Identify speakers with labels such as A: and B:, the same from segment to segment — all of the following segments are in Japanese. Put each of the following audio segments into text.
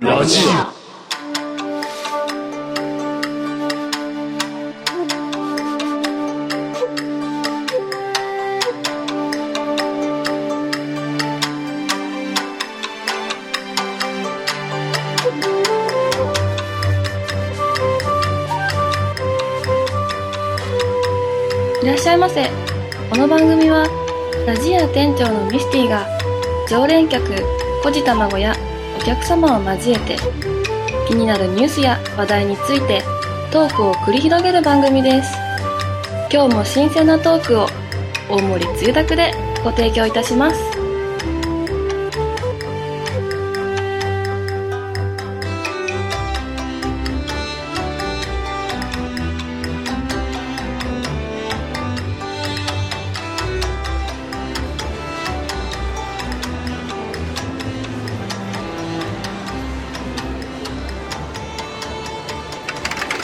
A: ラジ
B: いらっしゃいませこの番組はラジア店長のミスティが常連客コジ卵やお客様を交えて気になるニュースや話題についてトークを繰り広げる番組です今日も新鮮なトークを大盛りつゆだくでご提供いたします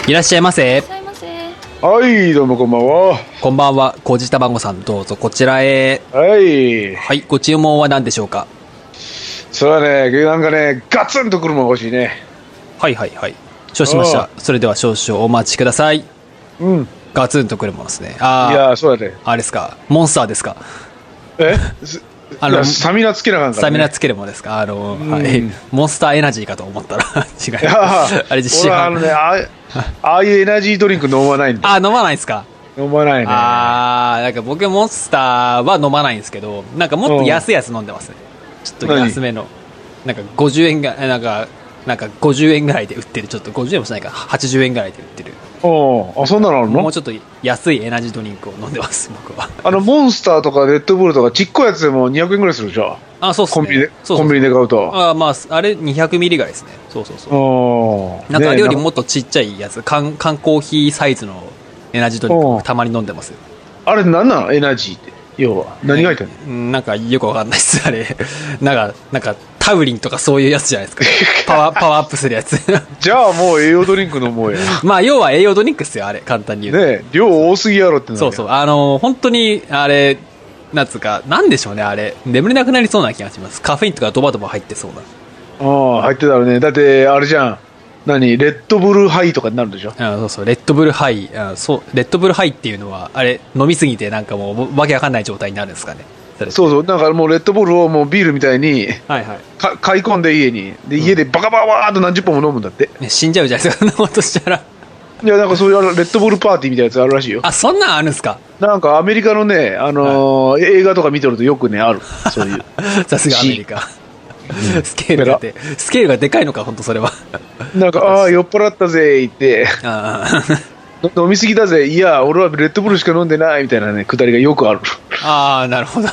C: いらっしゃいま
B: いら
C: せ
B: っし。ゃいませ
A: はい、どうもこんばんは。
C: こんばんは、こじたばごさん、どうぞこちらへ。
A: はい。
C: はい、ご注文は何でしょうか
A: そうだね、なんかね、ガツンとくるもん欲しいね。
C: はいはいはい。承知しました。それでは少々お待ちください。
A: うん。い
C: ガツンとくるものですね。あ
A: や、そうだね。
C: あ、あれですか。モンスターですか。
A: え
C: あ
A: あ
C: の
A: の、スタミナつけなあかん
C: ス
A: から、
C: タミ
A: ね。
C: ナつけるものですか。あの、はい
A: うん。
C: モンスターエナジーかと思ったら、違いま
A: いや
C: す。あれ
A: 俺
C: 実
A: はあの
C: 販。
A: ね、ああああいうエナジードリンク飲まないんだ。
C: あ、飲まないですか。
A: 飲まないね。
C: ああ、なんか僕モンスターは飲まないんですけど、なんかもっと安いやつ飲んでますね。ちょっと安めの。なんか50円が、なんか、なんか50円ぐらいで売ってる。ちょっと50円もしないか。80円ぐらいで売ってる。
A: おあ、そんなのある
C: も
A: の
C: うちょっと安いエナジードリンクを飲んでます、 僕は。
A: あの、モンスターとかレッドブルとかちっこいやつでも200円ぐらいするでしょ。
C: あ、そうっすね。
A: コンビニで、
C: そうそ
A: コ
C: う
A: ンビニで買うと。
C: あーまあ、あれ200ミリぐらいですね。そうそうそう。
A: おー
C: なんかあれより
A: ね
C: もっとちっちゃいやつ、缶、缶コーヒーサイズのエナジードリンク
A: う
C: を
A: ん
C: たまに飲んでますよ。
A: あれ何なのエナジーって。要は。何が入ってんの
C: うんなんかよくわかんないっす、あれ。なんか、なんか、タウリンとかそういうやつじゃないですか。パ ワー、パワーアップするやつ。
A: じゃあもう栄養ドリンク飲もうや。
C: まあ、要は栄養ドリンクっすよ、あれ、簡単に言うと。
A: ねえ、量多すぎやろってなる
C: そうそう。あのー本当に、あれ、なんつうか、なんでしょうね、あれ。眠れなくなりそうな気がします。カフェインとかドバドバ入ってそう
A: ああ、入ってたらね。だって、あれじゃん。何レッドブルハイとかになるでしょ
C: な。うん、そうそう、レッドブルハイ、うんそう、レッドブルハイっていうのは、あれ、飲みすぎてなんかもう、わけわかんない状態になるんですかね。それ
A: そうそう。だからもうレッドブルをもうビールみたいに
C: はいはい。
A: か買い込んで家に。で、家でバカバカバーっと何十本も飲むんだって。
C: ね死んじゃうじゃないですか、そんなことしたら。
A: いや、なんかそういうあのレッドブルパーティーみたいなやつあるらしいよ。
C: あ、そんなんあるんすか
A: なんかアメリカのね、あのー映画とか見てるとよくね、ある。そう いう。
C: さすがアメリカ。スケールがで、スケールがでかいのか、本当それは。
A: なんか、ああー、酔っ払ったぜ、言 って。
C: あー
A: 飲みすぎだぜ、いや、俺はレッドブルしか飲んでないみたいなね、くだりがよくある。
C: あー、なるほど。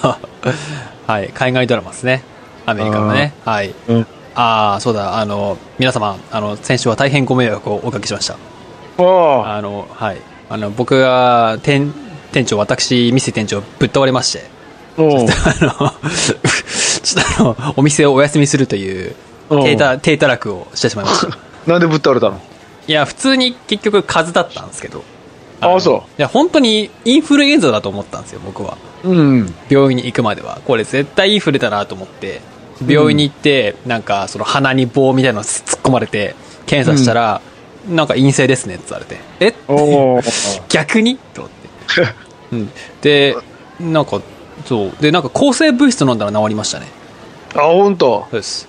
C: はい、海外ドラマですね。アメリカのね。はい。
A: うん、
C: ああ、そうだ、あの、皆様、あの、先週は大変ご迷惑をおかけしました。
A: ああ、
C: あの、はい。あの、僕が、店、店長、私、店店長、ぶっ倒れまして、
A: うん
C: あの、 ちょっとあの、お店をお休みするという、
A: うん
C: 低た、低たらくをしてしまいました。
A: なんでぶっ倒れたの
C: いや、普通に結局風邪だったんですけど。
A: あ
C: の
A: そう
C: いや、本当にインフルエンザだと思ったんですよ、僕は。
A: うん。
C: 病院に行くまでは。これ絶対インフルだなと思って、病院に行って、なんかその鼻に棒みたいなの突っ込まれて、検査したら、なんか陰性ですねって言われて。え
A: おお。
C: 逆にと思って。うん。で、なんか、そう。で、なんか抗生物質飲んだら治りましたね。
A: あ、ほんと。
C: そうです。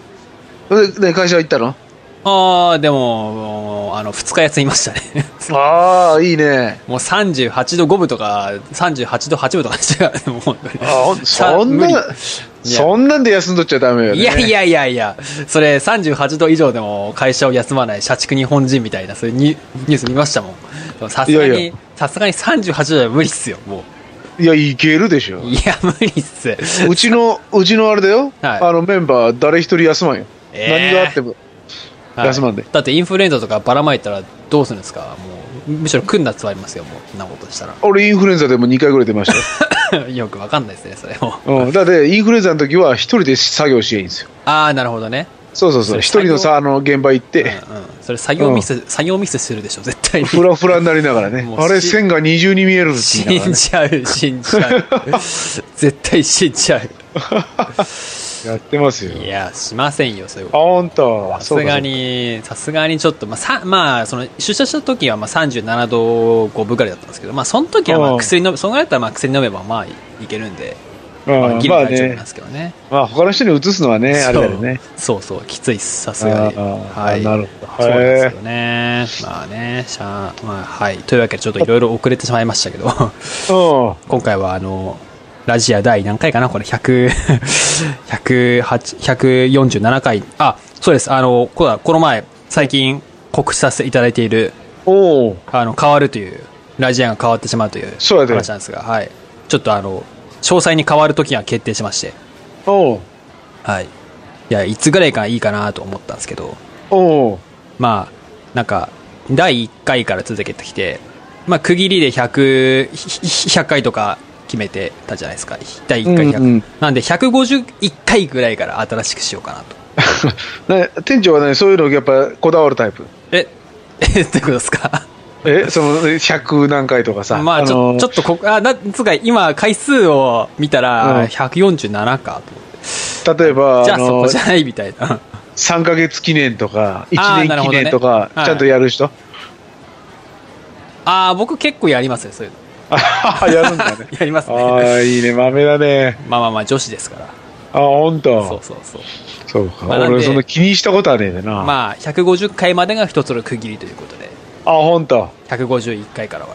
A: で、ね、会社行ったの
C: あー、でも、あの、二日休みましたね。
A: ああ、いいね。
C: もう38度5分とか、38度8分とかでしたからね、もう本当に
A: あほんそん
C: 無理
A: な、そんなんで休んどっちゃダメよね。
C: いやい。やいやいや、それ38度以上でも会社を休まない社畜日本人みたいな、そういうニュニュース見ましたもん。でもさすが
A: いやい
C: に
A: や、
C: さすがに38度は無理っすよ、も
A: いや、いけるでしょ
C: う。。いや、無理っす。
A: うちの、うちのあれだよ。
C: はい
A: あの、メンバー、誰一人休まんよ。
C: えー
A: 何があっても。
C: はい
A: 休まんで
C: だってインフルエンザとかばらまいたらどうするんですかもう、むしろ訓なつわりますよ、もう、そんなことした
A: 俺、インフルエンザでも2回ぐらい出ましたよ。
C: ら。 よくわかんないですね、それも。
A: うん、だって、インフルエンザの時は、一人で作業していいんですよ。
C: あー、なるほどね。
A: そうそうそ、
C: そうれ
A: 一人のさ、あの、現場行っ
C: うんう
A: て、
C: ん。それ作業ミス、作業ミスするでしょ、絶対に。
A: ふらふらになりながらね
C: も、う
A: あれ、
C: し
A: 線が二重に見えるって言いなが
C: 死
A: らね
C: んじゃう、死んじゃう。絶対死んじゃう。
A: やってますよ。
C: いや、しませんよ、そういう
A: あ、
C: こ
A: ほんと。
C: と。さすがに、さすがにちょっと、まあ、さまあ、その、出社した時はまあ37度5分ぐらいだったんですけど、まあ、その時はま
A: う
C: あ
A: ん
C: 薬飲め、そのぐらいだったらまあ薬飲めばまあいけるんで、
A: そう
C: ま
A: か。
C: あ、
A: うん
C: ギリ
A: まあ
C: 大丈夫なん
A: ね
C: で。すけどね。
A: まあ他の人に移すのはね、あれだよね。
C: そうそうそう、きついっす、さすがに。
A: あー
C: はい。
A: なるほど
C: そうなんですよね。まあね、しゃあ、まあ、はい。というわけで、ちょっといろいろ遅れてしまいましたけど、
A: うん。
C: 今回は、あの、ラジア第何回かなこれ、100、108 147回。あ、そうです。あの、こうだこの前、最近告知させていただいている、
A: おお。
C: あの、変わるという、ラジアが変わってしまうという
A: そうだ
C: 話
A: ね
C: なんですが、はい。ちょっとあの、詳細に変わる時が決定しまして、
A: おう
C: はい。いや、いつぐらいがいいかなと思ったんですけど、
A: おう
C: まあ、なんか、第1回から続けてきて、まあ、区切りで100、ひひ100回とか決めてたじゃないですか。第1回100。
A: うんうん
C: なんで、151回ぐらいから新しくしようかなと。
A: ね店長はね、そういうのやっぱこだわるタイプ。
C: え、え、ってことですか
A: え、その100何回とかさ。
C: まあ、ちょ
A: の
C: ちょっとここ、あ、なつうか、今、回数を見た
A: う
C: ら、
A: ん
C: 147かと思って。
A: 例えば、
C: じゃあ、
A: あの
C: そこじゃないみたいな。
A: 3ヶ月記念とか、
C: あー
A: 1
C: な
A: 年
C: る
A: 記
C: ほどね
A: 念とか、
C: はい
A: ちゃんとやる人、
C: ああ、僕結構やりますね、そういう
A: あやるんだね。
C: の。やります
A: あ
C: ね。
A: あ、いいね、豆だね。
C: まあまあまあ、女子ですから。
A: あほん
C: そう
A: と。
C: そうそう。
A: そうか。
C: まあなんで
A: 俺、その気にしたことはねえでな。あ、
C: まあ、150回までが一つの区切りということで、
A: ほんと。
C: 151回からはね、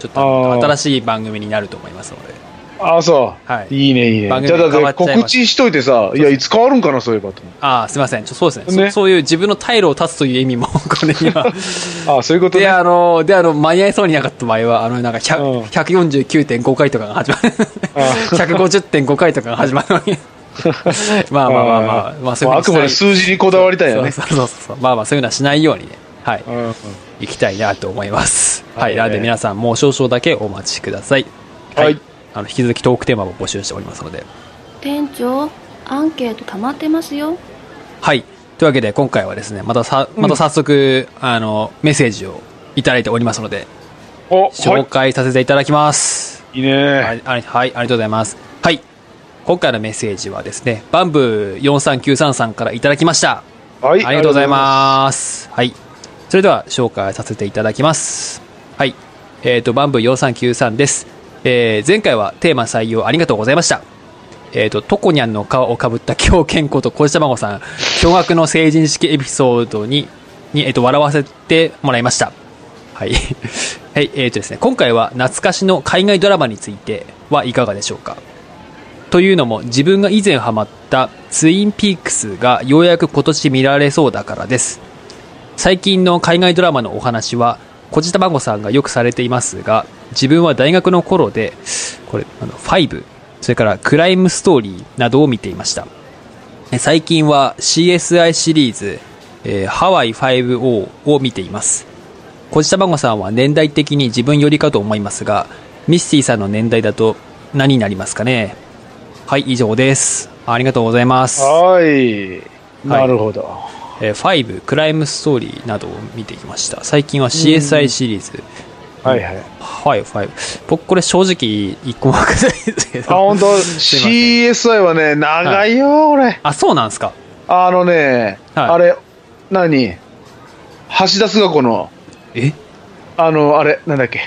C: ちょっ
A: あ
C: と
A: ー
C: 新しい番組になると思いますので、
A: あそう。
C: はい
A: いいね、いい
C: 番
A: ね。
C: 組
A: じゃあ、だ
C: 変わ
A: っ
C: ってちゃいます
A: 告知しといてさ、いや、いつ変わるんかな、そういえばと思って
C: ああ、すいません、ちょそうですね
A: ね
C: そ、そういう自分の退路を断つという意味も、 これに は。
A: あそういうこと
C: で、
A: ね。
C: あの、で、あの、間に合いそうになかった場合は、あの、なんか100、
A: うん
C: 149.5回とかが始ま る。150.5回とかが始まるのに。まあまあまあまあ、まあ、そういう
A: あくまで
C: しな
A: 数
C: い
A: 字にこだわりたいよね。
C: そうそうそうそう。まあまあ、そういうのはしないようにね。はい。
A: うんうん
C: 行きたいなと思います。は。
A: はいい
C: なので皆さんもう少々だけお待ちください。
A: はい。
C: あの、引き続きトークテーマも募集しておりますので。
B: 店長アンケート溜まってますよ
C: はい。というわけで今回はですね、またさ、また早速、あの、メッセージをいただいておりますので、
A: お、
C: 紹
A: は
C: 介させていただきます。
A: い、いいね。
C: はい、ありはい、ありがとうございます。はい。今回のメッセージはですね、バンブー43933さんからいただきました。
A: はい
C: ありがとうございます。はい。それでは紹介させていただきます。はい。えっ、と、バンブー4393です。えー前回はテーマ採用ありがとうございました。えっ、と、トコニャンの皮をかぶった狂犬こと小路卵さん、驚愕の成人式エピソードに、に、えっ、と、笑わせてもらいました。はい。 はい、えっ、とですね、今回は懐かしの海外ドラマについてはいかがでしょうかというのも自分が以前ハマったツインピークスがようやく今年見られそうだからです最近の海外ドラマのお話は小地卵さんがよくされていますが自分は大学の頃でこれあの5それからクライムストーリーなどを見ていましたえ最近は CSI シリーズ、えーハワイ 5O を見ています小地卵さんは年代的に自分よりかと思いますがミスティさんの年代だと何になりますかねはい、以上です。ありがとうございます。
A: はい。なるほど。
C: えー、5、クライムストーリーなどを見てきました。最近は CSI シリーズ。
A: はいはい。
C: はい、5。僕、これ正直、一個もわかんない ですけ
A: あ、本
C: ど。
A: 当
C: いません
A: CSI はね、長いよ、俺。
C: あ、そうなんですか。
A: あのね、
C: はい
A: あれ、何橋田壽賀子の、
C: え
A: あの、あれ、なんだっけ。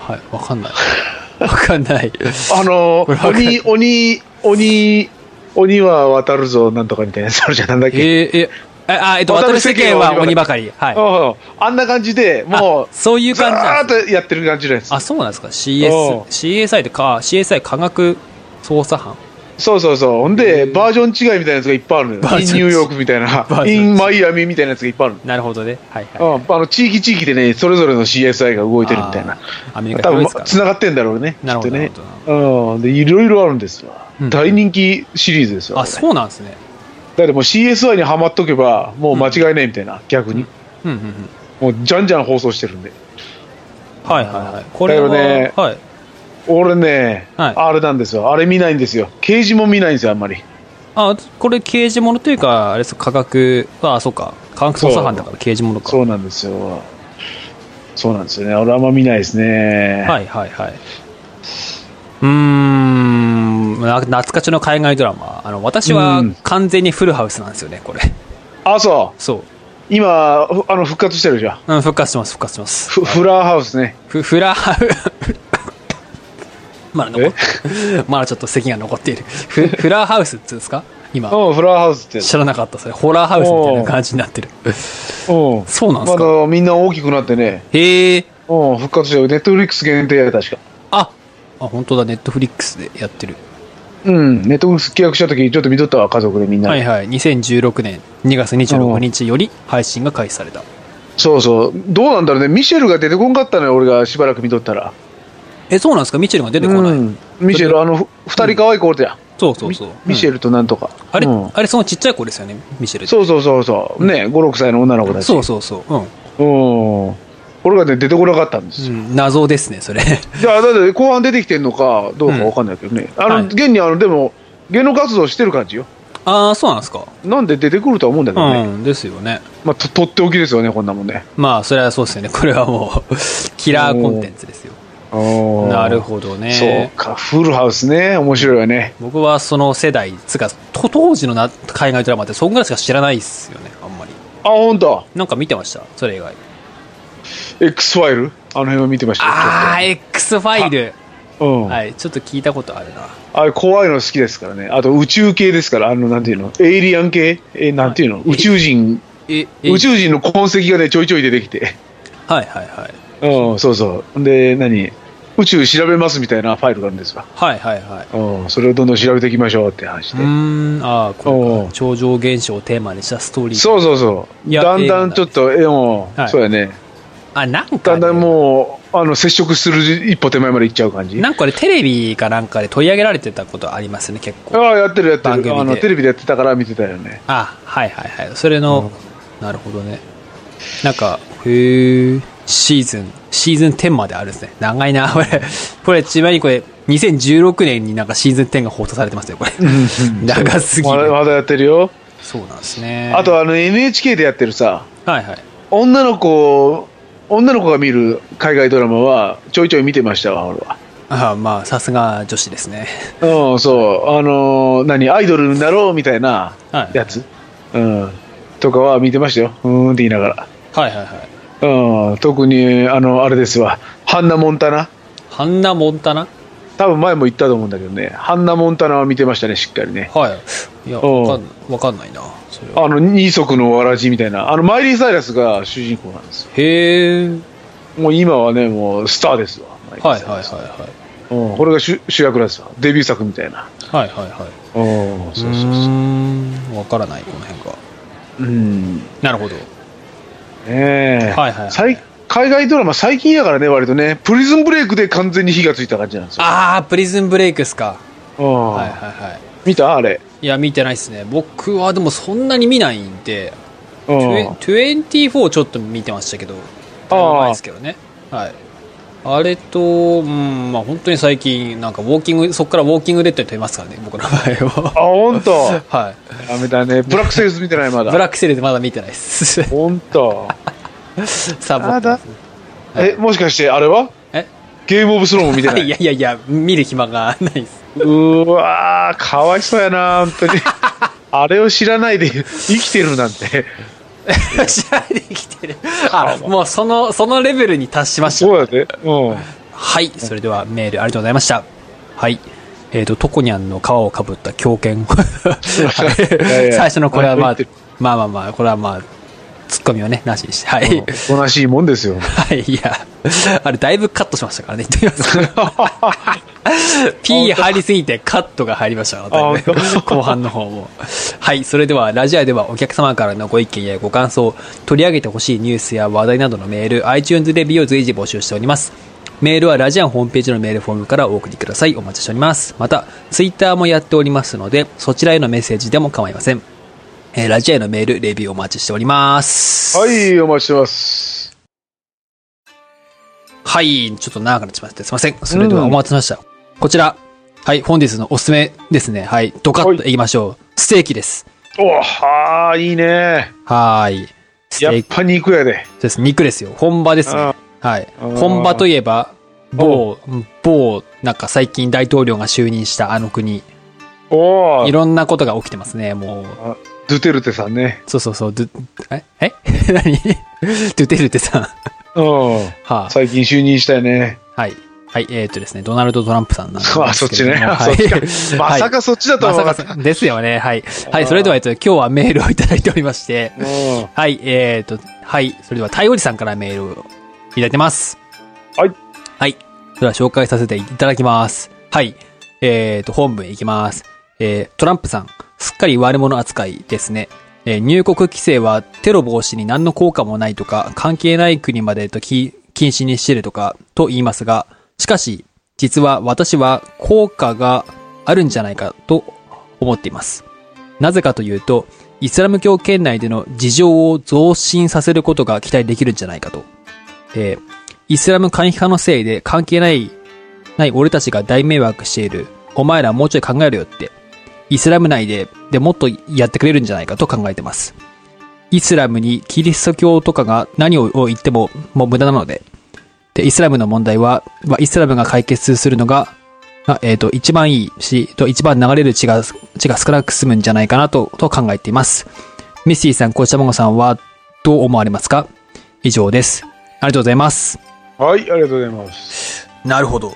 C: はい、わかんない。 わかんない。
A: あの、
C: これわかんない
A: 鬼、鬼、鬼、鬼は渡るぞ、なんとかみたいなやつあるじゃん、なんだっ
C: えー、
A: け。
C: え、あ、あえっと、渡
A: 渡
C: る
A: る
C: 世
A: 世間
C: 間
A: は
C: は鬼
A: 鬼
C: ば
A: ば
C: かり。はい。
A: うんあんな感じで、も、
C: あそういうう
A: ず
C: 感じ
A: ー
C: な
A: っ
C: んです
A: とやってる感じのやつ
C: あ、。そうなんですか。
A: お
C: CS、
A: う
C: CSI ってか、CSI 科学捜査班。
A: そうそうそう。ほん
C: へ
A: で、
C: ー
A: バージョン違いみたいなやつがいっぱいあるのよ。
C: バー
A: in
C: ジョン
A: ニューヨークみたいな
C: バー、ジョン
A: in マイアミみたいなやつがいっぱいあるの。
C: なるほどね。はいはい。
A: うん、あの地域地域でね、それぞれの CSI が動いてるみたいな
C: あ。ー。アメリカ
A: 多
C: 広
A: 分
C: いですからね
A: つながってんだろうね、き
C: なる
A: っ
C: ほ
A: と
C: ど
A: ね。うん、で、いろいろあるんですよ
C: うん。
A: 大人気シリーズですよ。
C: あ、そうなんですね。
A: だってもう CSI にはまっとけば、もう間違いないみたいな、逆に。
C: うんうんうん。
A: もうじゃんじゃん放送してるんで。
C: はいはいはい。これは、
A: だよね
C: はい。
A: 俺ね、
C: はい
A: あれなんですよ。あれ見ないんですよ。刑事も見ないんですよ、あんまり。
C: あ、これ刑事物というか、あれです、科学、あ、そうか。科学捜査班だから刑事物か。
A: そうなんですよ。そうなんですよね。俺あんま見ないですね。
C: はいはいはい。うーん、な懐かしの海外ドラマ、あの、私は
A: うん
C: 完全にフルハウスなんですよね、これ。
A: あ、そう。
C: そう。
A: 今、ふあの、復活してるじゃん。
C: うん、復活してます、復活してます。
A: フフラーハウスね。
C: フフラハウ まだ残っ まだちょっと咳が残っている。フフラーハウスっつうんですか今。
A: うん、フラーハウスって。
C: 知らなかった、それ。ホラーハウスみたいな感じになってる。
A: うん。
C: そうなんです
A: ま
C: か
A: だみんな大きくなってね。
C: へえ。
A: うん、復活してる。ネットフリックス限定や、確か。
C: あ、あ、本当だ、ネットフリックスでやってる。
A: うん、ネットフリックス契約した時ちょっと見とったわ、家族でみんなで。
C: はいはい。2016年2月26日より配信が開始された。
A: そうそう。どうなんだろうね。ミシェルが出てこんかったのよ、俺がしばらく見とったら。
C: え、そうなんですかミチェルが出てこない、
A: うん、ミシェル、あの、ふ二人可愛い子おるじゃん。
C: そうそうそう。
A: ミシェルとなんとか。
C: あれ、
A: うん
C: あれ、そのちっちゃい子ですよね、ミシェルって。
A: そうそうそうそう。ね、5、6歳の女の子たち。
C: そうそうそう。うん。
A: うん。俺がね、出てこなかったんです
C: う
A: よ。
C: ん、謎ですね、それ。
A: じゃあ、だって後半出てきてんのかどうかわかんないけどね。あの、
C: はい
A: 現にあの、でも、芸能活動してる感じよ。
C: ああ、そうなんですか。
A: なんで出てくるとは思うんだけどね。
C: うん、ですよね。
A: まあ、と、とっておきですよね、こんなもんね。
C: まあ、それはそうですよね。これはもう、 キラーコンテンツですよ。なるほど
A: どそ
C: ね
A: う。か、フルハウスね、面白いよね。
C: 僕はその世代、つうか、と当時のな海外ドラマってそんぐらいしか知らないっすよね、あんまり。
A: あ、ほんと。
C: なんか見てましたそれ以外。
A: X ファイルあの辺は見てましたよ
C: ああ、X ファイ
A: ちょっ
C: ル。
A: とうん。
C: はい、ちょっと聞いたことあるな。
A: あれ、怖いの好きですからね。あと、宇宙系ですから、あの、なんていうの、エイリアン系え、なんていうの、宇宙人、
C: え、え
A: 宇宙人の痕跡がね、ちょいちょい出てきて。
C: はいはいはい。
A: うん、そうそう。で、何宇宙調べますみたいなファイルがあるんですわ。
C: はいはいはい。
A: うん、それをどんどん調べていきましょうって話
C: う
A: で。
C: ーん、ああ、これ
A: おう
C: か。超常現象をテーマにしたストーリー。
A: そうそうそう。
C: いや
A: だんだんちょっと、え、もう、
C: はい
A: そうやね。
C: あ、なんかね、
A: だんだんもう、あの、接触する一歩手前まで行っちゃう感じ。あ
C: なんかこれテレビかなんかで取り上げられてたことありますね、結
A: あ、
C: 構。
A: やってるやって
C: 番組
A: る。
C: で
A: あの、テレビでやってたから見てたよね。
C: あ、はいはいはい。それの、なるほどね。なんか、へえ、シーズン、シーズン10まであるんですね。長いな、 これ。これ、ちなみにこれ、2016年になんかシーズン10が放送されてますよ、これ。 長すぎ
A: まだ
C: る。
A: まだやってるよ。
C: そうなんですね。
A: あと、あの、NHK でやってるさ、
C: はいはい。
A: 女の子、女の子が見る海外ドラマは、ちょいちょい見てましたわ、俺は。
C: あまあ、さすが女子ですね。
A: うん、そう、あのー何、アイドルになろうみたいな
C: はい
A: やつ、うん、とかは見てましたよ、うーんって言いなが
C: はいはいはい。
A: ら、うん、特に、あの、あれですわ、ハンナ・モンタナ、
C: ハンナ・モンタナ
A: 多分前も言ったと思うんだけどね、ハンナ・モンタナは見てましたね、しっかりね。
C: はい。いや、
A: おう
C: わかんわかんないな。それは。
A: あの、二足のわらじみたいな、あの、マイリー・サイラスが主人公なんですよ。
C: へえ。
A: もう今はね、もうスターですわ。
C: はいはいはい
A: い。
C: はい。
A: うん、これが主主役なんですよ。デビュー作みたいな。
C: はいはいはい。
A: うん、そうそう
C: ー
A: そ
C: んわからない、この辺が。
A: う。うん。ね
C: なるほど。
A: え。
C: はいはいはい。
A: 最海外ドラマ最近やからね割とねプリズンブレイクで完全に火がついた感じなんですよ
C: あー、プリズンブレイクっすか。
A: うん
C: はいはいはい。
A: 見たあれ
C: いや、見てないっすね。僕はでもそんなに見ないんで、
A: うん
C: 24ちょっと見てましたけど、だいぶ前ですけどね。はい。あれと、うん、まあ本当に最近、なんかウォーキング、そこからウォーキングデッドに飛びますからね、僕の場合は。
A: あ本当
C: はい。
A: ダメだねブラックセールス見てないま
C: ブ
A: だ
C: ラックセレでまだ見てないっす。
A: 本当
C: サボってますねはい
A: えもしかしてあれは
C: え
A: ゲームオブスローンも見てない
C: いやいやいや、見る暇がないっす。
A: うーわーかわいそうやな本当にあれを知らないで 生きてるなんて
C: 知らないで生きてる。あ、もうその、そのレベルに達しました。
A: そうやでうん
C: はい。それではメールありがとうございました。はい。えっ、と、トコニャンの皮をかぶった狂犬。 は い
A: やいや
C: 最初のこれはまあ
A: 何を言ってる、
C: まあまあまあ、これはまあ、ツッコミはね、なしにして。は
A: うん
C: い。
A: おとなしいもん ですよ
C: はい、いや、あれだいぶカットしましたからね、言ってみ ます。P 入りすぎてカットが入りましたからだいぶ
A: あ本当
C: 後半の方も。はい、それではラジオではお客様からのご意見やご感想、取り上げてほしいニュースや話題などのメール、iTunes レビューを随時募集しております。メールはラジアンホームページのメールフォームからお送りください。お待ちしております。また、ツイッターもやっておりますので、そちらへのメッセージでも構いません。えーラジアへのメール、レビューお待ちしております。
A: はいお待ちしてます
C: はい、ちょっと長くなっちまって、すいません。それでは
A: うん
C: お待たせしました。こちら。はい、本日のおすすめですね。はい、ドカッといきましょう。ステーキです。
A: おはーいいね
C: はーい。ス
A: や
C: テ
A: っ
C: ーキ
A: ぱ肉やで
C: です。肉ですよ。本場ですね。はい。
A: うん
C: 本場といえば、某、某、なんか最近大統領が就任したあの国、
A: おお
C: いろんなことが起きてますね、もう。
A: ドゥテルテさんね。
C: そうそうそう、ドゥ、ええ 何ドゥテルテさん。は
A: うん。
C: あ、
A: 最近就任したよね。
C: はい。はい、えっ、とですね、ドナルド・トランプさんなんですけども
A: あ、そっちね。あ
C: は
A: そっ
C: い
A: ちか。まさかそっちだと
C: ま
A: は
C: さ
A: 思わ
C: か
A: なかった。
C: さんですよね。はい。はい、それでは、えっと、今日はメールをいただいておりまして。
A: うん
C: はい、えっ、と、はい、それでは、太陽寺さんからメールをいただいてます。
A: はい。
C: はい。それでは、紹介させていただきます。はい。えっ、と、本文いきます。えートランプさん、すっかり悪者扱いですね。えー入国規制はテロ防止に何の効果もないとか、関係ない国までとき禁止にしてるとか、と言いますが、しかし、実は私は効果があるんじゃないかと思っています。なぜかというと、イスラム教圏内での事情を増進させることが期待できるんじゃないかと。えーイスラム過激派のせいで関係ない、ない俺たちが大迷惑している。お前らもうちょい考えろよって。イスラム内で、でもっとやってくれるんじゃないかと考えてます。イスラムにキリスト教とかが何を言ってももう無駄なので。で、イスラムの問題は、まあ、イスラムが解決するのが、あえっ、と、一番いいし、と一番流れる血が、血が少なく済むんじゃないかなと、と考えています。ミッシーさん、こうしたもごさんは、どう思われますか以上です。ありがとうございます。
A: はい、ありがとうございます。
C: なるほど。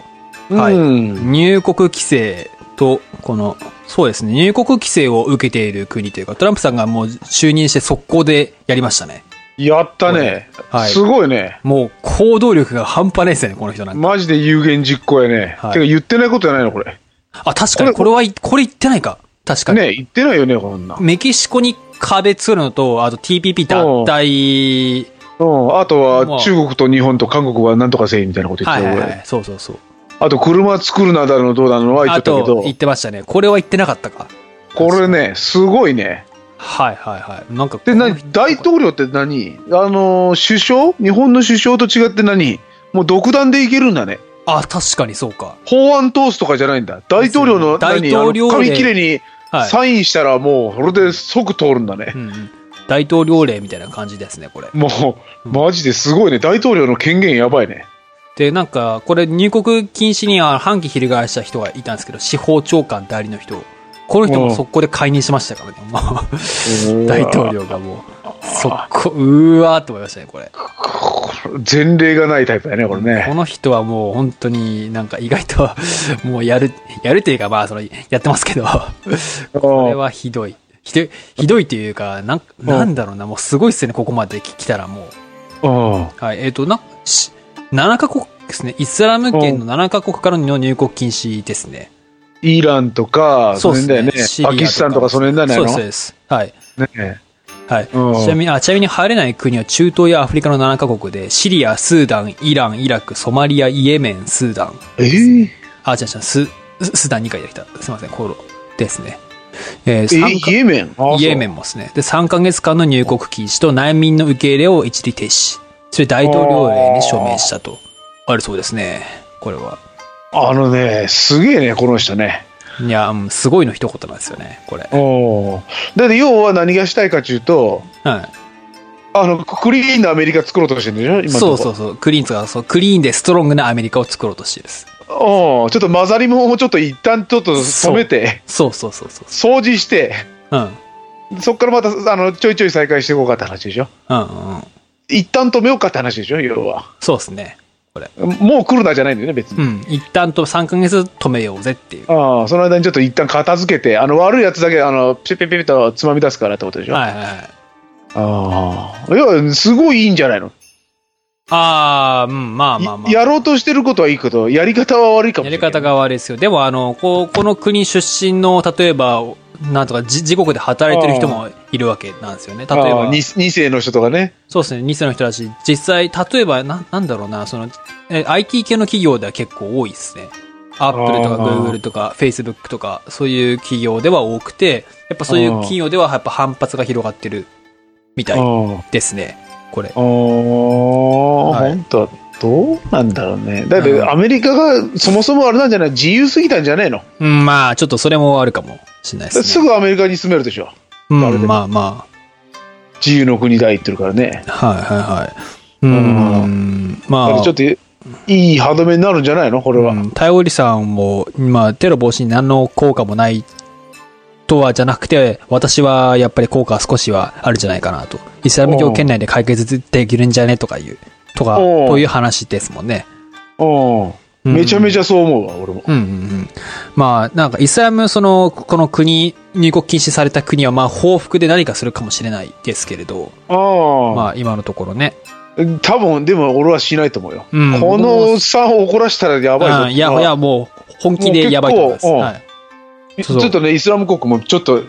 C: はい
A: うん
C: 入国規制と、この、そうですね、入国規制を受けている国というか、トランプさんがもう就任して速攻でやりましたね。
A: やったね。
C: はい
A: すごいね。
C: もう行動力が半端ないですよね、この人なんか。
A: マジで有言実行やね。
C: はい
A: てか言ってないことじゃないの、これ。
C: あ、確かに、これはい、これ言ってないか。確かに。
A: ね言ってないよね、こんなん。
C: メキシコに壁作るのと、あと TPP 脱退、
A: うん。あと
C: まあ
A: は、中国と日本と韓国はなんとかせいみたいなこと言っ
C: はい
A: て
C: は
A: た
C: い
A: よ
C: は
A: 俺
C: い、そうそうそう。
A: あと、車作るなだのどうだのは言っ
C: あ
A: てたけ
C: と
A: ど、
C: 言ってましたね。これは言ってなかったか。
A: これね、すごいね。
C: はいはいはい。なんかこ
A: で、
C: の
A: な大統領って何あのー、首相日本の首相と違って何もう独断でいけるんだね。
C: あ、確かにそうか。
A: 法案通すとかじゃないんだ。大統領の
C: です
A: 何
C: ね大統領
A: あの
C: 令
A: 紙切れに
C: はい。
A: サインしたらもう、それで即通るんだね
C: う。んうん、大統領令みたいな感じですね、これ。
A: もう、マジですごいね。大統領の権限やばいね。
C: で、なんか、これ入国禁止には反旗翻した人がいたんですけど、司法長官代理の人。この人も速攻で解任しましたからね。もう 大統領がもう、速攻、うーわーって思いましたね、これ。
A: 前例がないタイプだね、これ
C: こ
A: ね。
C: の人はもう本当になんか意外ともうやる、やるっていうかまあそのやってますけど、これ
A: うん
C: はひどい。ひどい、ひどいというか、なん、なんだろうな、もうすごいっすよね、ここまで来たらも
A: うん
C: う。はい、えっ、と、な、し、7カ国ですね。イスラム圏の7カ国からの入国禁止ですね。
A: イランとか、そ
C: っ
A: の辺だよね。
C: シリア
A: パキスタンとかその辺だよね
C: そうです、そうです。はい。
A: あの。ね
C: はい。
A: うん
C: ちなみに、あ、ちなみに入れない国は中東やアフリカの7カ国で、シリア、スーダン、イラン、イラク、ソマリア、イエメン、スーダン、
A: えー
C: あ、違う違う、ス、ススーダン2回できた。すいません、コロですね。えー、
A: え
C: 三か
A: イエメン
C: イエメンもですね。で、3ヶ月間の入国禁止と難民の受け入れを一時停止。それ大統領令に署名したと。あるそうですね。これは。
A: あのね、すげえね、この人ね。
C: いや、うんすごいの一言なんですよね、これ。
A: おーだって要は何がしたいかというと、
C: は
A: あの、クリーンなアメリカ作ろうとしてるんでしょ
C: い。
A: 今
C: そうそう
A: う。
C: そう。クリーンとか、そう、クリーンでストロングなアメリカを作ろうとしてるです。
A: おーちょっと混ざり物をちょっと一旦ちょっと止めて、
C: そうそうそうそう。
A: 掃除して、
C: うん。うん
A: そこからまたあのちょいちょい再開していこうかって話でしょ
C: うんうん。
A: 一旦止めようかって話でしょ要は。
C: そうですね。これ。
A: もう来るなじゃないんだよね、別に。
C: うん。一旦と3ヶ月止めようぜっていう。
A: ああ、その間にちょっと一旦片付けて、あの悪いやつだけ、あの、ピピピピとつまみ出すからってことでしょ
C: はいはいはい。
A: ああ。いや、すごいいいんじゃないの、
C: あー、うん、まあまあまあ。
A: やろうとしてることはいいけど、やり方は悪いかも
C: や
A: し
C: り
A: れない。
C: 方が悪いですよ。でも、あの、こう、この国出身の、例えば、なんとか、じ自国で働いてる人もいるわけなんですよね。例え
A: ああ
C: ば
A: 二、二世の人とかね。
C: そうですね、ニ世の人たち、実際、例えば、な、なんだろうな、その、え、IT 系の企業では結構多いですね。アップルとか
A: あ
C: グー
A: ー
C: グルとかフェイスブックとか、そういう企業では多くて、やっぱそういう企業ではやっぱ反発が広がってるみた
A: あ
C: い
A: あ
C: ですね。これ。
A: ああ、
C: はい
A: 本当はどうなんだろうね。だっ
C: う
A: て
C: ん
A: アメリカがそもそもあれなんじゃない自由すぎたんじゃないのだっ
C: うん、まあ、ちょっとそれもあるかもしれないで
A: て
C: す
A: す
C: ね。
A: ぐアメリカに住めるでしょ。
C: うん、まあまあ。
A: 自由の国だ言ってるからね。
C: はいはいはい。うーん。ま
A: だ
C: あ、
A: からちょっといい歯止めになるんじゃないのこれは。
C: うん、タイオリさんも、まあ、テロ防止に何の効果もないとはじゃなくて、私はやっぱり効果は少しはあるんじゃないかなと。イスラム教圏内で解決できるんじゃねとかいう、とか、
A: おう
C: という話ですもんね。
A: うん。めちゃめち
C: ゃ。
A: ゃそう思うわ、俺も。
C: うんうんうん。まあ、なんかイスラム、その、この国、入国禁止された国は、まあ、報復で何かするかもしれないですけれど、
A: ああ。
C: まあ、今のところね。
A: 多分、でも俺はしないと思うよ。
C: うん
A: このおっさんを怒らせたらやばいぞ。
C: うんいや、いや、もう、本気でやばいと思います。
A: もう結構うん
C: はい
A: ち
C: そうそう
A: ょっとね、イスラム国もちょっと、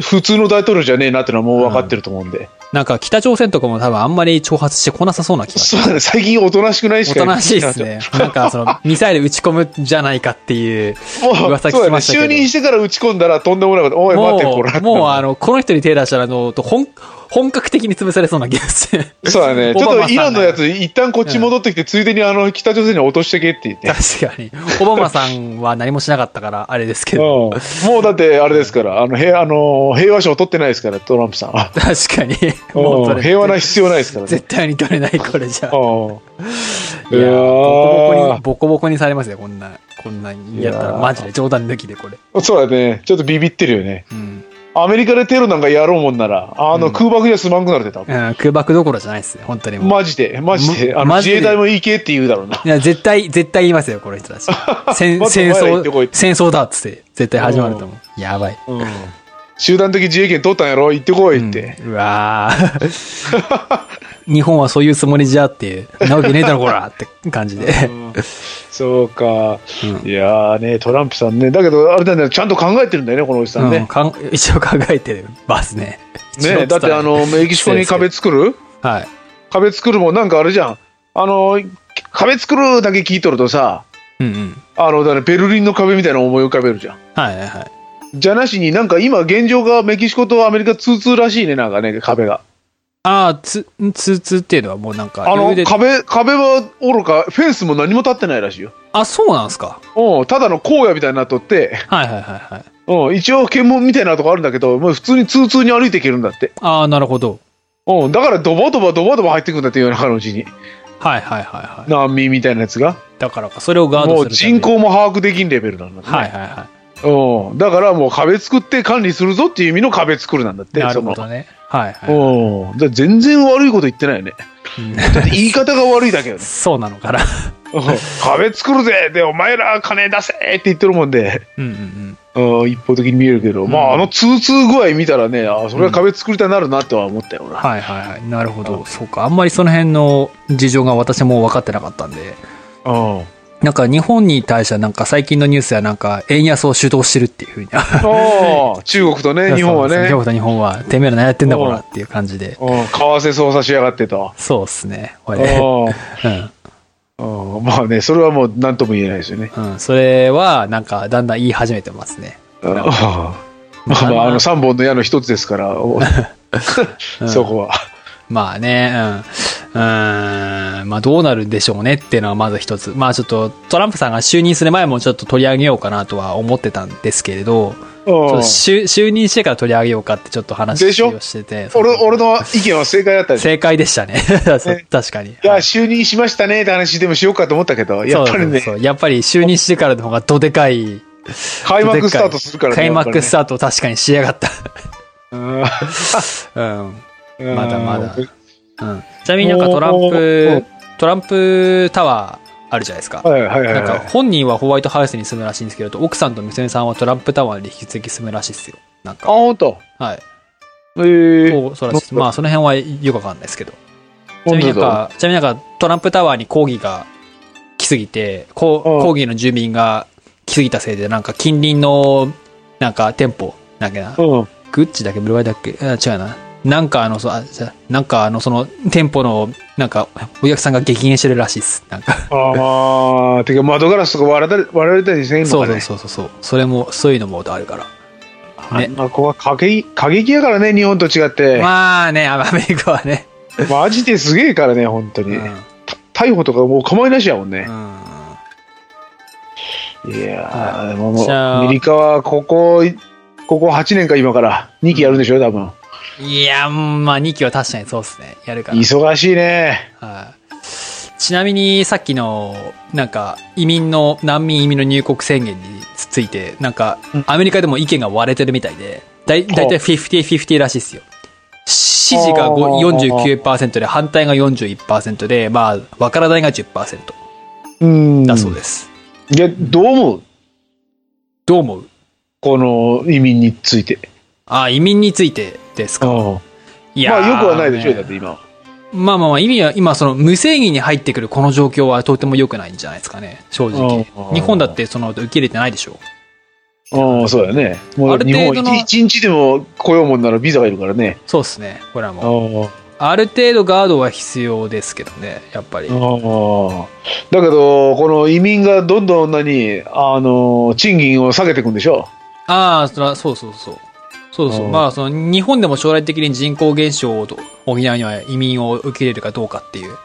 A: 普通の大統領じゃねえなってのはもう分かってると思うんで。
C: なんか、北朝鮮とかも多分あんまり挑発してこなさそうな気がする
A: そうだね、最近おとなしくないし
C: お
A: か
C: となしいで すね。なんか、その、ミサイル撃ち込むんじゃないかっていう。
A: もう、
C: 噂
A: そう
C: 聞
A: だ
C: き
A: ね、
C: ましたけど
A: 就任してから打ち込んだらとんでもないこと。おい、待
C: も
A: って、これ。
C: う、もう、あの、この人に手出したら、あの、本、本格的に潰されそうな気がして。
A: そうだね。ちょっ
C: オバ
A: と
C: マさんね
A: イランのやつ、一旦こっち戻ってきて、ついでにあの、北朝鮮に落としてけって言 って。
C: 確かに。オバマさんは何もしなかったから、あれですけ
A: うん、
C: ど。
A: もうだって、あれですから、あの、平あの平和賞取ってないですから、トランプさん。
C: 確かに。もう
A: う
C: そ
A: ん
C: れ、
A: 平和な必要ないですからね。
C: 絶対に取れない、これじゃ。い
A: うん。い
C: や
A: や
C: ーボコボコに、
A: ー
C: ボコボコにされますよ、こんな。こんなにやった
A: い
C: ら、
A: やー
C: マジで冗談抜きで、これ。
A: そうだね。ちょっとビビってるよね。
C: うん。
A: アメリカでテロなんかやろうもんなら、あの、
C: うん
A: 空爆じゃすまんくなるってた
C: う。ん空爆どころじゃないですね、本当にもう。
A: マジで、マジで。
C: ま
A: あの、
C: マジ
A: 自
C: で
A: 衛隊も行けって言うだろうな。
C: いや、絶対、絶対言いますよ、こ の人たち。戦
A: まずお
C: 戦
A: 前ら行ってこい
C: 争、戦争だっつって、絶対始まると思う。やばい。
A: うん。集団的自衛権取ったんやろ行ってこいって。
C: うんうわー 日本はそういうつもりじゃっていう、なわけねえだろ、こらって 感じで。
A: そうか。
C: うん
A: いやーね、トランプさんね。だけど、あれだね、ちゃんと考えてるんだよね、このおじさん
C: うん
A: ね。
C: かん一応考えてますね。一応
A: ね、だってあの、メキシコに壁作る
C: はい。
A: 壁作るもんなんかあれじゃん。あの、壁作るだけ聞いとるとさ、
C: うんうん。
A: あの、だからベルリンの壁みたいなの思い浮かべるじゃん。
C: はいはいはい。
A: じゃなしになんか今現状がメキシコとアメリカ通通らしいね、なんかね、壁が。
C: ああ、つ、つ、つっていうのはもうなんか、
A: あの
C: 余裕で
A: 壁、壁はおろか、フェンスも何も立ってないらしいよ。
C: あ、そうなんですか。
A: うん、ただの荒野みたいになっとって、
C: はいはいはいはい。
A: うん、一応検問みたいなとこあるんだけど、もう普通に通通に歩いていけるんだって。
C: ああ、なるほど。
A: うん、だからドバドバドバドバ入ってくんだって、夜中のうちに。
C: はいはいはいはい。
A: 難民みたいなやつが。
C: だからか、それをガー
A: も
C: ド
A: う
C: する
A: 人
C: ために。
A: 口も把握できんレベルなんだってね、
C: はいはいは
A: うん。だからもう壁作って管理するぞっていう意味の壁作るなんだっ
C: い。
A: て。
C: なるほどね。はい
A: そ
C: はい。
A: のうん。だから全然悪いこと言ってないよ ね。
C: うん
A: だって言い方が悪いだけよね。
C: そうなの かな。
A: うん壁作るぜでお前ら金出せって言ってるもんで、
C: うんうんうん。
A: うん一方的に見えるけど、まああの通通具合見たらねあそれは壁作りたいなるなとは思ったよな、
C: はいはいはい。なるほど。そうか。あんまりその辺の事情が私も分かってなかったんで。
A: うんあ
C: なんか日本に対してはなんか最近のニュースはなんか円安を主導してるっていうふうに。
A: あ中国とね日本はね
C: 日
A: うん
C: 本と日本は、てめえら何やってんだこらっていう感じで。
A: 為替操作しやがってと。
C: そうっすね。これ
A: う
C: うん。
A: んうんまあねそれはもう何とも言えないですよね。
C: うん。それはなんかだんだん言い始めてますね。
A: うんまあま
C: まあ
A: ああの3本の矢の一つですから、お そこは。
C: まあね、うん。うーん。まあどうなるんでしょうねっていうのはまず一つ。まあちょっとトランプさんが就任する前もちょっと取り上げようかなとは思ってたんですけれど、ちょっと
A: うん
C: 就就任してから取り上げようかってちょっと話
A: でしょ
C: をしてて。そう
A: 俺俺の意見は正解だったでしょ
C: 正解でしたね。 そう確かに。
A: いや、就任しましたねって話でもしようかと思ったけど、やっぱりね、
C: そうそうそうやっぱり就任してからの方がどでかい。
A: 開幕スタートするからね。
C: 開幕ス
A: ー
C: タートを確かにしやがった。
A: ト。
C: うん。
A: うん
C: まだまだ
A: うん
C: うん。ちなみになんかトラン
A: お
C: プ
A: ー、
C: トランプタワーあるじゃないですか。
A: はいはいはい
C: なん
A: は
C: か
A: い。
C: 本人はホワイトハウスに住むらしいんですけど、奥さんと娘さんはトランプタワーに引き続き住むらしいですよ。なん
A: あ、
C: か。
A: ほんと。
C: はい。
A: えー、
C: そうそうらしいですまあその辺はよくわかんないですけど。ちな
A: 本
C: みになん
A: 当だ。
C: か、ちなみになんかトランプタワーに抗議が来すぎて、こ
A: うん
C: う抗議の住民が来すぎたせいで、なんか近隣の、なんか店舗、なんだっけな、
A: うん。
C: グッチだっけブルワイだっけあ違うな。なんかあの、そうあじゃなんかあの、その店舗の、なんか、お客さんが激減してるらしいっす。なんか、
A: ああ、てか窓ガラスとか割られたり割られたりせんの
C: そう
A: か
C: そう
A: ね。
C: そうそうそう。それも、そういうのもあるから。
A: あんな子は過激過激やからね、日本と違って。
C: まあね、アメリカはね。
A: マジですげえからね、本当
C: う
A: に。
C: ん。
A: 逮捕とかもう構いなしやもんね
C: う。ん
A: いや
C: は
A: ー、でも
C: じゃあ
A: もう、アメリカはここ、ここ8年か今から2期やるんでしょ、多分。
C: いや、まあ2期は確かにそうっすね。やるから。
A: 忙しいね。
C: はい。ちなみにさっきの、なんか、移民の、難民移民の入国宣言について、なんか
A: うん、
C: アメリカでも意見が割れてるみたいで、だいだいたい50-50らしいですよ。支持がご49%で、反対が41%で、まあ、わからないが10%
A: うん
C: だそうです。
A: いやどう思う
C: どう思う
A: この移民について
C: あ、移民についてですか。い
A: ま
C: ー
A: あよくはないでしょだって今
C: まあまあまあ、意味は、今、その、無制限に入ってくるこの状況はとても良くないんじゃないですかね、正直
A: あ。あ
C: 日本だって、その、受け入れてないでしょ。
A: うんそうだねも
C: あ
A: う
C: る
A: 日本
C: 程度の
A: 一一日でも来ようもんならビザがいるからね
C: そうですね、これはもう。
A: あ
C: ある程度ガードは必要ですけどね、やっぱり。
A: あだけどこの移民がどんどん何あの賃金を下げていくんでしょ
C: ああ、そらそうそうそう。そうそう。
A: うん
C: まあ、その、日本でも将来的に人口減少を補うには移民を受け入れるかどうかっていう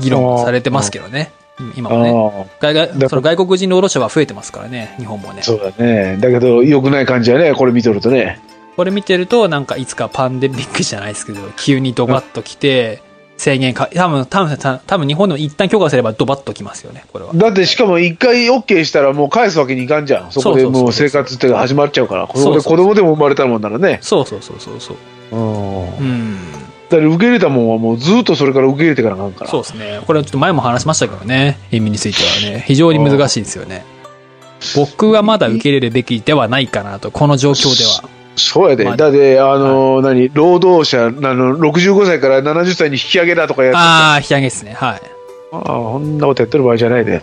C: 議論がされてますけどね。うん今もね。
A: ああ
C: 外
A: だから
C: 外その外国人労働者は増えてますからね、日本もね。
A: そうだねだけど良くない感じやねこれ見とるとね
C: これ見てると、なんかいつかパンデミックじゃないですけど、 急にドバッと来て、制限か、多分、多分、多分多分日本でも一旦許可すればドバッと来ますよね、これは。
A: だってしかも一回 OK したらもう返すわけにいかんじゃんそこでもう生活っていうか始まっちゃうからこ
C: そ
A: こ
C: うそう
A: で
C: そう
A: 子供でも生まれたもんならね
C: そうそうそうそうそう。
A: うん
C: うん。
A: だから受け入れたもんはもうずっとそれから受け入れてからなんから
C: そうですね。これはちょっと前も話しましたけどね、移民についてはね、非常に難しいですよね。僕はまだ受け入れるべきではないかなと、この状況では。
A: そうやで、
C: まあ
A: だってあのー何労働者あの65歳から70歳に引き上げだとかやってあ
C: ああ、引き上げですね。はい。
A: あこんなことやってる場合じゃないでやっ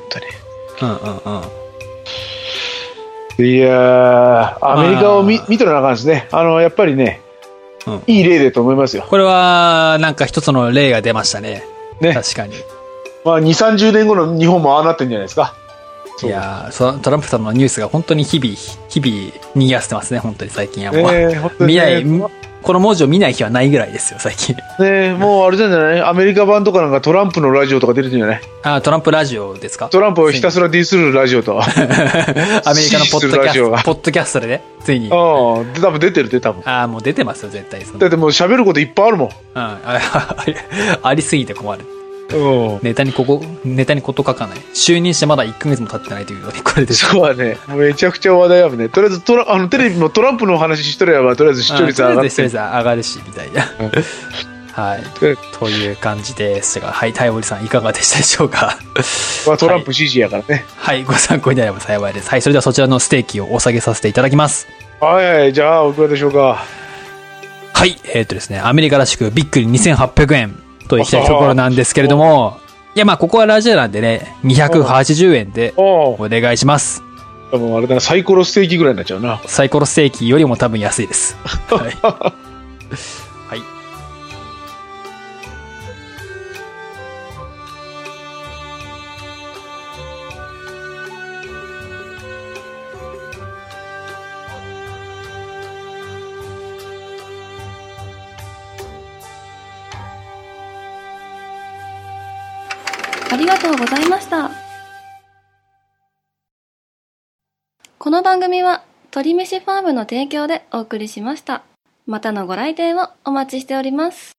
A: ぱ
C: うんうんうん。
A: りいやーアメリカを見
C: まあ
A: 見とらなあかんですねあのやっぱりね、
C: うん
A: いい例だと思いますよ、
C: これは、なんか一つの例が出ましたね。
A: ね
C: 確かに。
A: まあ、2 3 0年後の日本もああなってんじゃないですか
C: い
A: そう
C: やーそトランプさんのニュースが本当に日々、日々、にぎわせてますね、本当に最近はもう。
A: えー本当に
C: 見な
A: ね
C: い、この文字を見ない日はないぐらいですよ、最近。
A: ねもうあれなんじゃないアメリカ版とかなんかトランプのラジオとか出てるんじゃない
C: あートランプラジオですか
A: トランプをひたすらディスるラジオとか
C: アメリカのポッドキ
A: 支持するラ
C: ャ
A: ジオ
C: ス
A: が
C: ト、ポッドキャストでね、つい
A: う
C: に。
A: んで多分出てるで多分
C: ああ、もう出てますよ、絶対。その
A: だってもう喋ることいっぱいあるもん
C: うん、 あありすぎて困る。
A: うん
C: ネタにここ、ネタにこと書かない。就任してまだ1ヶ月も経ってないというのに、これで。
A: そうはね、めちゃくちゃ話題あるね。とりあえずトラあのテレビもトランプのお話ししとれば、とりあえず視聴率上
C: うんと
A: が
C: りあえ
A: っ
C: ず視聴
A: て。
C: 率上がるし、みたいな。 はい。
A: うん
C: という感じですが、はい、タイボリさん、いかがでしたでしょうか。
A: まあ、トランプ支持やからね。
C: はい、ご参考になれば幸いです。はい、それではそちらのステーキをお下げさせていただきます。
A: はい、はい、じゃあ、おいくらでしょうか。
C: はい、えっ、とですね、アメリカらしくびっくり2800円といきたいところなんですけれども、いや、まあ、ここはラジオなんでね、280円で
A: おお、
C: お願いします。
A: 多分あれだな、サイコロステーキぐらいになっちゃうな。
C: サイコロステーキよりも多分安いです。はい。はい。
B: ありがとうございました。この番組は鳥飯ファームの提供でお送りしました。またのご来店をお待ちしております。